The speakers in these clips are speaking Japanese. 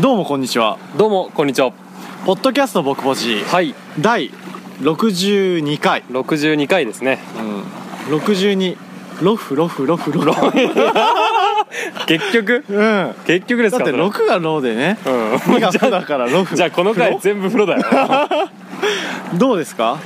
どうもこんにちはどうもこんにちはポッドキャスト僕ポジはい第62回62回ですねうん62ロフロフロフロフ結局うん結局ですだっかてそれ6がローで ねう2がフだからロフんじゃあこの回フ全部風呂 だよロどうですか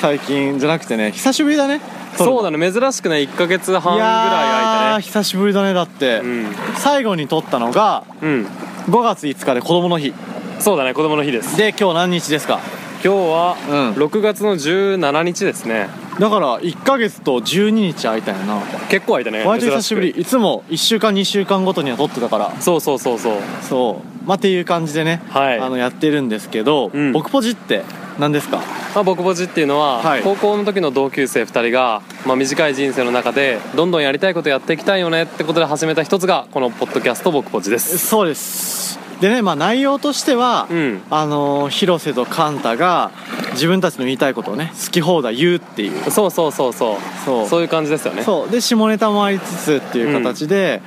最近じゃなくてね久しぶりだねそうだだね珍しくね1ヶ月半いぐやらーい久しぶりだねだって、空いてね最後に撮ったのがうん5月5日で子供の日うんそうだね子供の日ですで今日何日ですか今日はうん6月の17日ですねだから1ヶ月と12日空いたよな結構空いたね割と久珍ししぶくりいつも1週間2週間ごとには撮ってたからそうそうそうそうそうまあっていう感じでね、はいあのやってるんですけど、うん僕ポジって何ですかまあ、ボクボジっていうのは、はい高校の時の同級生2人が、まあ、短い人生の中でどんどんやりたいことやっていきたいよねってことで始めた一つがこのポッドキャスト「ボクポジ」ですそうですでねまあ内容としては、うんあのー広瀬とカンタが自分たちの言いたいことをね好き放題言うっていうそうそうそうそうそうそういう感じですよねそうで下ネタもありつつっていう形で、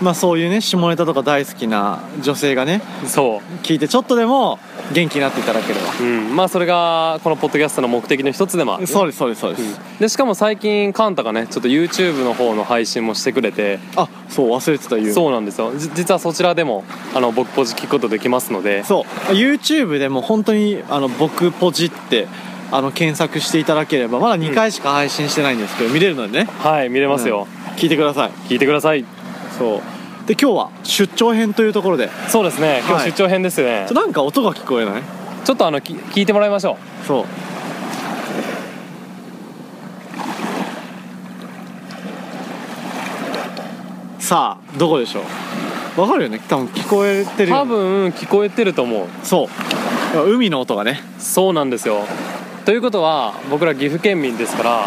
まあそういうね下ネタとか大好きな女性がねそ聞いてちょっとでも元気になっていただければう、うん、まあそれがこのポッドキャストの目的の一つでもあるそうですそうですそうです、でしかも最近カンタがねちょっと YouTube の方の配信もしてくれてあそう忘れてた言うそうなんですよじ実はそちらでもあの僕ポジ聞くことできますのでそう YouTube でも本当にあの僕ポジってあの検索していただければまだ2回しか配信してないんですけど、見れるのでねはい見れますよ、うん聞いてください聞いてくださいそうで今日は出張編というところでそうですね今はい日出張編ですよね、ちょなんか音が聞こえないちょっとあのき聞いてもらいましょうそうさあどこでしょうわかるよね多分聞こえてるよ多分聞こえてると思うそう海の音がねそうなんですよということは僕ら岐阜県民ですから、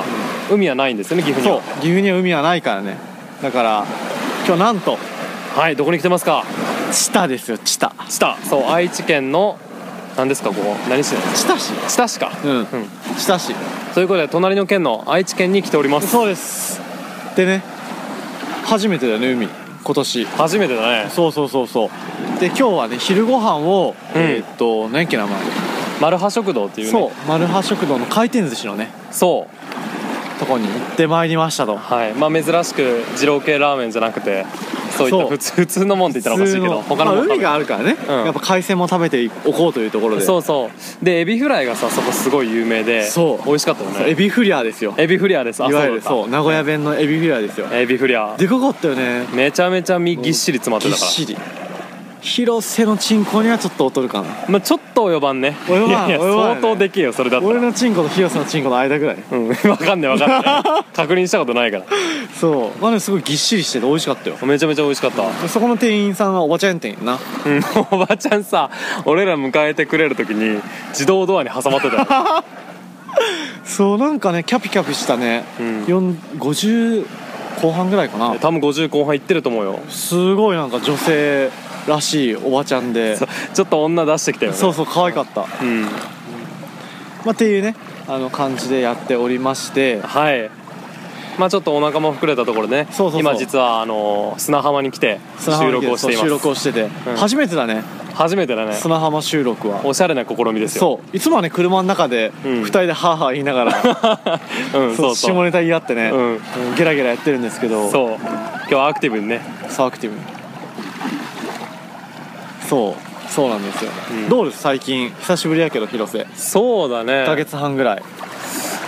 海はないんですよね岐阜にそうは岐阜には海はないからねだから今日なんとはいどこに来てますか知多ですよ知多知多そう愛知県の何ですかここ何市なんです知多市か知多市かうんうん知多市ということで隣の県の愛知県に来ておりますそうですでね初めてだよね海今年初めてだねそうそうそうそうで今日はね昼ご飯を、うんえーっと何やっけ名前、マルハ食堂っていうねそうマルハ食堂の回転寿司のねそうとこに行ってまいりましたとはいまあ珍しく二郎系ラーメンじゃなくてそういったそう普通 普通のもんって言ったらおかしいけど普通の他のまもあん海があるからね、うんやっぱ海鮮も食べておこうというところでそうそうでエビフライがさそこすごい有名でそう美味しかったよそうエねビフリアですよエビフリアですいあわゆるそそうう名古屋弁のエビフリアですよだエビフリアでかかったよねめちゃめちゃ身ぎっしり詰まってぎったかしり広瀬のチンコにはちょっと劣るかならまあちょっと及ばんね及ばんいやい及やばんよね相当でけえよそれだった俺らのチンコと広瀬のチンコの間ぐらいうん 分かんねえ分かんねえ確認したことないからそうまあでもすごいぎっしりしてて美味しかったよめちゃめちゃ美味しかったそこの店員さんはおばちゃん店員なうん、 おばちゃんさ俺ら迎えてくれる時に自動ドアに挟まってたよ そうなんかねキャピキャピしたね、うん四50後半ぐらいかな多分50後半いってると思うよすごいなんか女性らしいおばちゃんでそうちょっと女出してきたよねそうそう可愛かった、まうんあ、っていうねあの感じでやっておりましてはいまあちょっとお腹も膨れたところでねそうそうそう今実はあの砂浜に来て砂浜収録をしていそう収ます録をしてて、うん初めてだね初めてだね砂浜収録はおしゃれな試みですよそういつもはね車の中でうん2人でハーハー言いながら、 うんそそううそう下ネタ言い合ってね、うんうんゲラゲラやってるんですけどそう今日はアクティブにねサークティブにそうそうなんですよ、うんどうです最近久しぶりやけど広瀬そうだね1ヶ月半ぐらい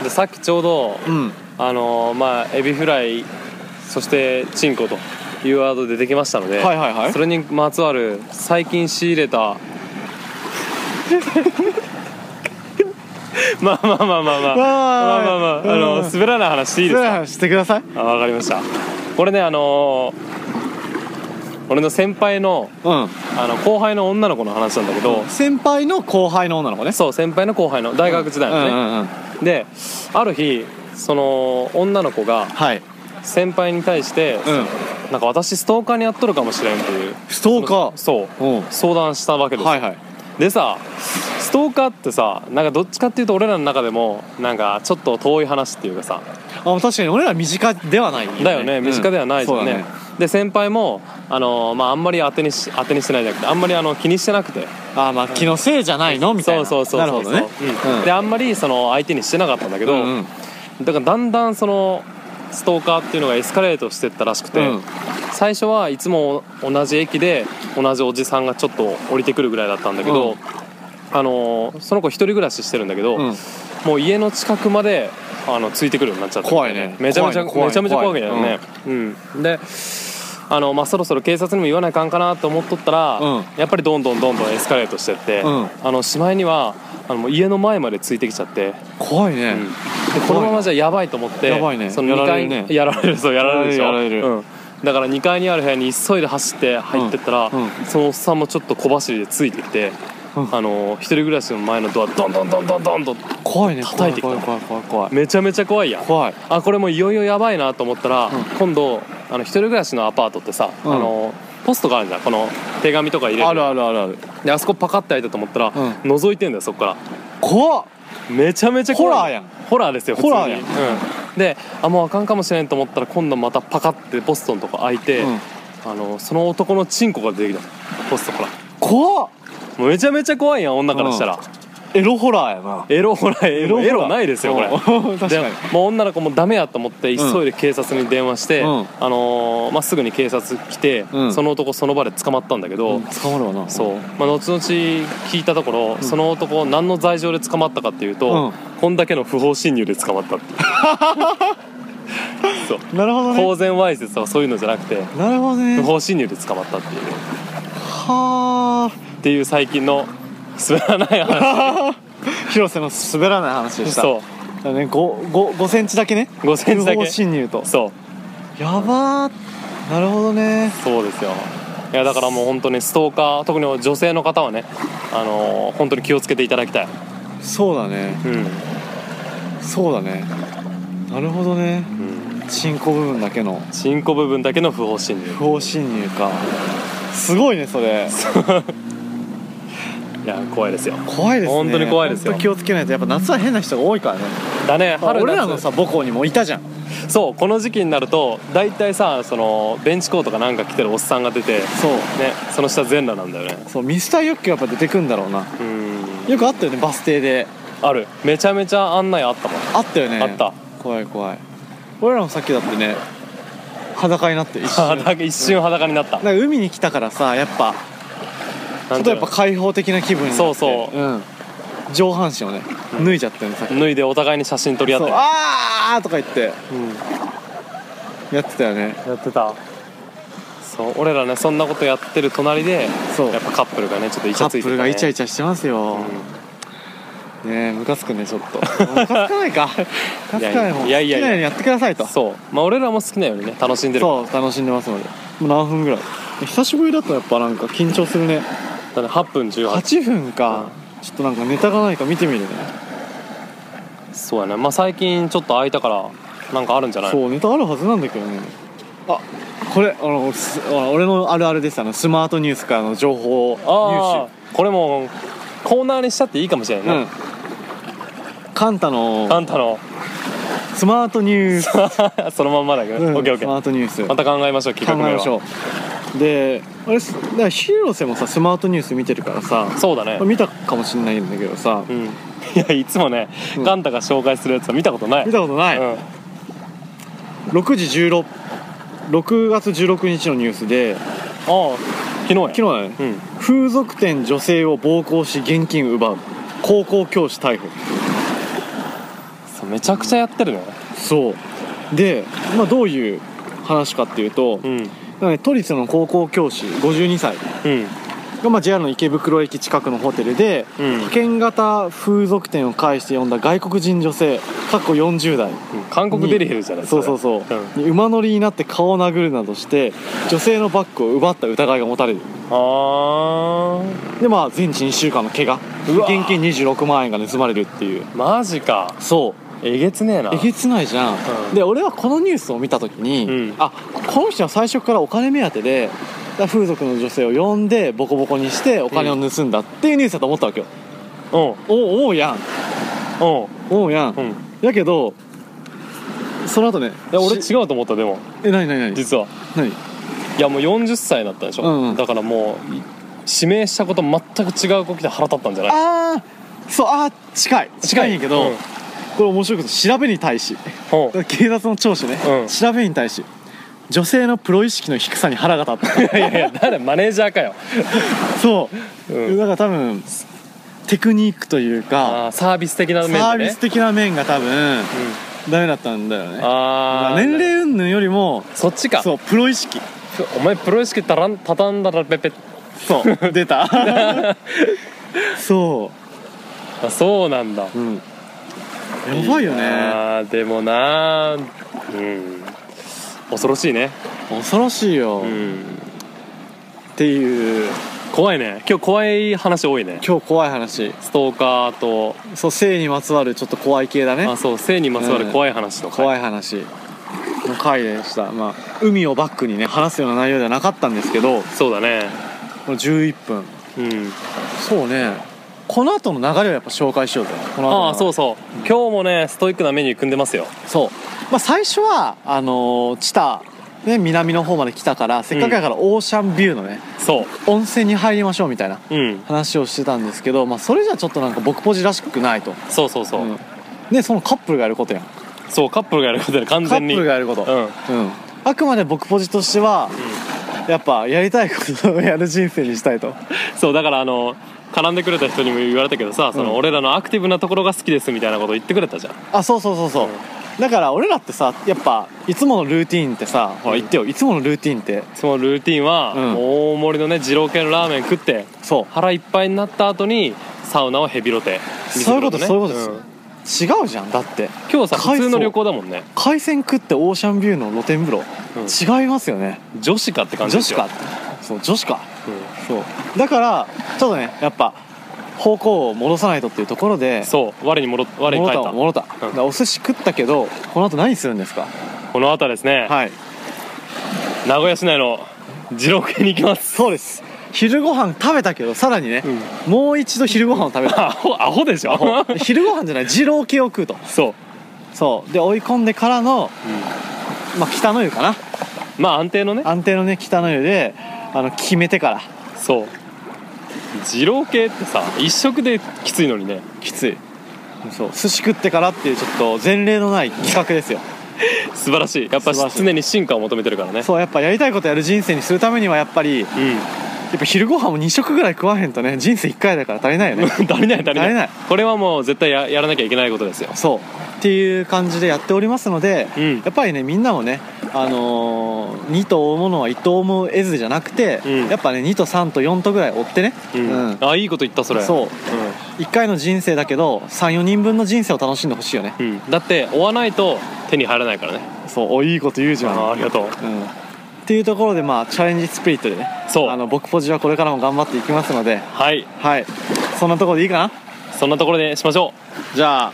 でさっきちょうどうんあのまあエビフライそしてチンコというワード出てきましたので、はいはいはいそれにまつわる最近仕入れた まあまあまあまあまあまあわーいまあまあ、あうんの滑らない話していいですかそうしてくださいあわかりましたこれねあのー俺の先輩のうあの後輩の女の子の話なんだけど、ん先輩の後輩の女の子ねそう先輩の後輩の大学時代のね、うんうんうんである日その女の子がはい先輩に対して、うんなんか私ストーカーにやっとるかもしれんっていうストーカーそううん相談したわけです、はいはいでさストーカーってさなんかどっちかっていうと俺らの中でもなんかちょっと遠い話っていうかさあ確かに俺ら身近ではないだよね身近ではないじゃんね,、うんそうだで先輩もあの、まあ、あんまり当てにし当てにしてないじゃなくてあんまりあの気にしてなくてああまあ気のせいじゃないのみたいそうなそうそうなるそほうどねうんであんまりその相手にしてなかったんだけど、うんうんだからだんだんそのストーカーっていうのがエスカレートしてったらしくて、うん最初はいつも同じ駅で同じおじさんがちょっと降りてくるぐらいだったんだけど、うんあのーその子一人暮らししてるんだけど、うんもう家の近くまであのついてくるようになっちゃって怖いねめちゃめちゃ怖いね怖いめちゃめちゃ怖いんだよね、うんであの、まあ、そろそろ警察にも言わないかんかなと思っとったら、うんやっぱりどんどんどんどんエスカレートしてって、うんあのしまいにはあのもう家の前までついてきちゃって、怖いね、でこのままじゃやばいと思ってやばいねそのやら2れ階るねやられるそうやられるでしょやられるやられるうんだから2階にある部屋に急いで走って入ってったら、うんうんそのおっさんもちょっと小走りでついてきて、うんあの一人暮らしの前のドアドンドンドンドンドンと怖いね叩いてきた怖い怖い怖い怖いめちゃめちゃ怖いやん怖いあこれもういよいよやばいなと思ったら、ん今度あの一人暮らしのアパートってさ、うんあのポストがあるじゃんこの手紙とか入れるあるあるあるあるであそこパカッて開いたと思ったら、うん覗いてんだよそこから怖っめちゃめちゃ怖いホラーやんホラーですよ普通にホラーやんうん、であもうあかんかもしれんと思ったら今度またパカッてポストのとこ開いて、うんあのその男のチンコが出てきたポストから怖っもうめちゃめちゃ怖いやん女からしたら、エロホラーやなエロホラーエホロラーエロないですよこれうん 確でかにもう女の子もダメやと思ってうん急いで警察に電話して、うんあのーまあ、すぐに警察来て、うんその男その場で捕まったんだけど、うん捕まるわなそう、まあ、後々聞いたところ、その男何の罪状で捕まったかっていうと、こんだけの不法侵入で捕まったっていうそうなるほどね公然わいせつとかそういうのじゃなくてなるほどね不は法侵入で捕まったっていうあっていう最近の滑らない話 広瀬の滑らない話でしたそうだね 5, 5, 5センチだけね5センチだけ不法侵入とそうやばーなるほどねそうですよいやだからもう本当にストーカー特に女性の方はねあのー本当に気をつけていただきたいそうだねうん、うん、そうだねなるほどね進行部分だけのチンコ部分だけの不法侵入 不法侵入かすごいねそれいや怖いですよ怖いですね本当に怖いですよ本当気をつけないとやっぱ夏は変な人が多いからねだね春夏俺らのさ母校にもいたじゃんそうこの時期になると大体さそのベンチコートかなんか着てるおっさんが出てそうねその下全裸なんだよねそうミスターヨッキーがやっぱ出てくんだろうなうんよくあったよねバス停であるめちゃめちゃ案内あったもんあったよねあった怖い怖い俺らもさっきだってね裸になって一瞬 裸一瞬裸になったなんか海に来たからさやっぱちょなっんとていやうっのぱ開放的な気分になって、そうそうん上半身をねうん脱いじゃったよねさっき、脱いでお互いに写真撮り合っそうてあーとか言ってうんやってたよねやってたそう俺らねそんなことやってる隣でそうやっぱカップルがねちょっとイチカャついップてた、ね、ルがイチャイチチャしてますよ、ねえムカつくねちょっ とムカつかないかムカつかないもんいやいやいやい好きなようにややってくださいとそうそうまあ俺らも好きなようにね楽しんでる楽しんでますのでもう何分ぐらい久しぶりだとやっぱなんか緊張するねだね8分18 8分か、ちょっとなんかネタがないか見てみるねそうやねまあ最近ちょっと空いたからなんかあるんじゃないそうネタあるはずなんだけどねあこれあのすあ俺のあるあるですあのスマートニュースからの情報をあ入あこれもコーナーにしちゃっていいかもしれ手なういんね、カンタのあんたの スマートニュース、そのまんまだけど、うんオッケーオッケスマーートニュースまた考えましょう考え企画名ましょはうであれすだから広瀬もさスマートニュース見てるからさそうだね見たかもしんないんだけどさ、うんい やいつもね、うんガンタが紹介するやつは見たことない見たことない、うん6時166月16日のニュースでああ昨日や昨日だねうん風俗店女性を暴行し現金奪う高校教師逮捕そうめちゃくちゃやってるねそうで、まあ、どういう話かっていうと、うんね、都立の高校教師52歳うんが、まあ、JR の池袋駅近くのホテルで、うん派遣型風俗店を介して呼んだ外国人女性かっこ40代韓国デリヘルじゃないそうそうそう、んに馬乗りになって顔を殴るなどして女性のバッグを奪った疑いが持たれるあでまあ全治2週間の怪我うわ現金26万円が盗まれるっていうーマジかそうえげつねえなえげつないじゃん、うんで俺はこのニュースを見た時に、うんあこの人は最初からお金目当てで風俗の女性を呼んでボコボコにしてお金を盗んだっていうニュースだと思ったわけよ、うんうんおおうやんおうやん、うんやけどその後ねいや俺し違うと思ったでもえ何何何実は何いやもう40歳だったでしょ、うんうんだからもうい指名したこと全く違う子来て腹立ったんじゃないああそうあー近い近いんやけど、うんうんこれ面白いこと調べに対し ほう警察の聴取ね、うん調べに対し女性のプロ意識の低さに腹が立っいやいや誰マネージャーかよた そう、うんだから多分テクニックというかあーサービス的な面でねサービス的な面が多分ダメだったんだようねん、あまああ年齢云々よりもそっちかそうプロ意識お前プロ意識たらんたたんだらペペそう出 たそあそうなんだう、うん、やばいよねあーでもなうん恐ろしいね恐ろしいよ、うっんていう怖いね今日怖い話多いね今日怖い話ストーカーとそう性にまつわるちょっと怖い系だねあそう性にまつわる怖い話とか、怖い話の回でした、まあ、海をバックにね話すような内容ではなかったんですけどそうだねこの11分うんそうねこの後の流れをやっぱ紹介しようぜこの後のああそうそう今日もねストイックなメニュー組んでますよそう、まあ、最初はあのー知多、ね、南の方まで来たからせっかくだからオーシャンビューのね、そ温泉に入りましょうみたいなううん話をしてたんですけど、まあ、それじゃちょっとなんか僕ポジらしくないとそうそうそう、んでそのカップルがやることやんそうカップルがやることで完カ全ッにプルがやることうんうんあくまで僕ポジとしては、やっぱやりたいことをやる人生にしたいとそうだからあの絡んでくれた人にも言われたけどさその、うん俺らのアクティブなところが好きですみたいなこと言ってくれたじゃんあそうそうそうそう、うんだから俺らってさやっぱいつものルーティーンってさ、ほら言ってよいつものルーティーンってそのルーティンは、うんもう大盛りのね二郎系のラーメン食ってそ腹いっぱいになった後にサウナをヘビロテうそういうこと、水そう風いうこ呂とねです、違うじゃんだってうん今日さ海藻普通の旅行だもんね、海鮮食ってオーシャンビューの露天風呂、うん違いますよね女子かって感じ女です子よかそう女子かうそうだからちょっとねやっぱ方向を戻さないとっていうところでんそう我に戻っ我に戻帰っったた戻った、うんだからお寿司食ったけどこの後何するんですかこの後はですね、はい名古屋市内の二郎系に行きますそうです昼ご飯食べたけどさらにね、うもう一度昼ご飯を食べたアホアホでしょ昼ご飯じゃない二郎系を食うとそう、そうで追い込んでからの、まあ、北の湯かなまあ安定のね安定のね北の湯であの決めてからそう二郎系ってさ一食できついのにねきついそう寿司食ってからっていうちょっと前例のない企画ですよ素晴らしいやっぱ素晴らしい常に進化を求めてるからねそうやっぱやりたいことやる人生にするためにはやっぱりやうっぱ昼ご飯を2食ぐらい食わへんとね人生1回だから足りないよねん 足りない足りない足りないこれはもう絶対ややらなきゃいけないことですよそうっていう感じでやっておりますので、うんやっぱりねみんなもね、あのー、2と追うものは1と思う得ずじゃなくて、うんやっぱね2と3と4とぐらい追ってね、うん、うんあいいこと言ったそれそう1回の人生だけど34人分の人生を楽しんでほしいよねうん、うん、だって追わないと手に入らないからねそうおいいこと言うじゃんあーありがとううんっていうところでまあチャレンジスピリットでねそうあの僕ポジはこれからも頑張っていきますのではいはいそんなところでいいかなそんなところでしましょじゃあ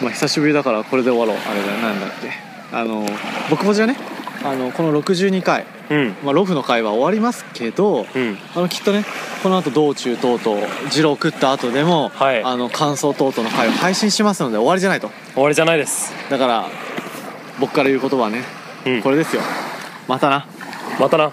まあ久しぶりだからこれで終わろうあれだよなんだっけあの僕ポジはねあのこの62回、ううんまあ、ロフの回は終わりますけどうんあのきっとねこの後道中等々二郎食った後でも、はいあの感想等々の回を配信しますので終わりじゃないと終わりじゃないです、だから僕から言う言葉はねうん、これですよまたなまたな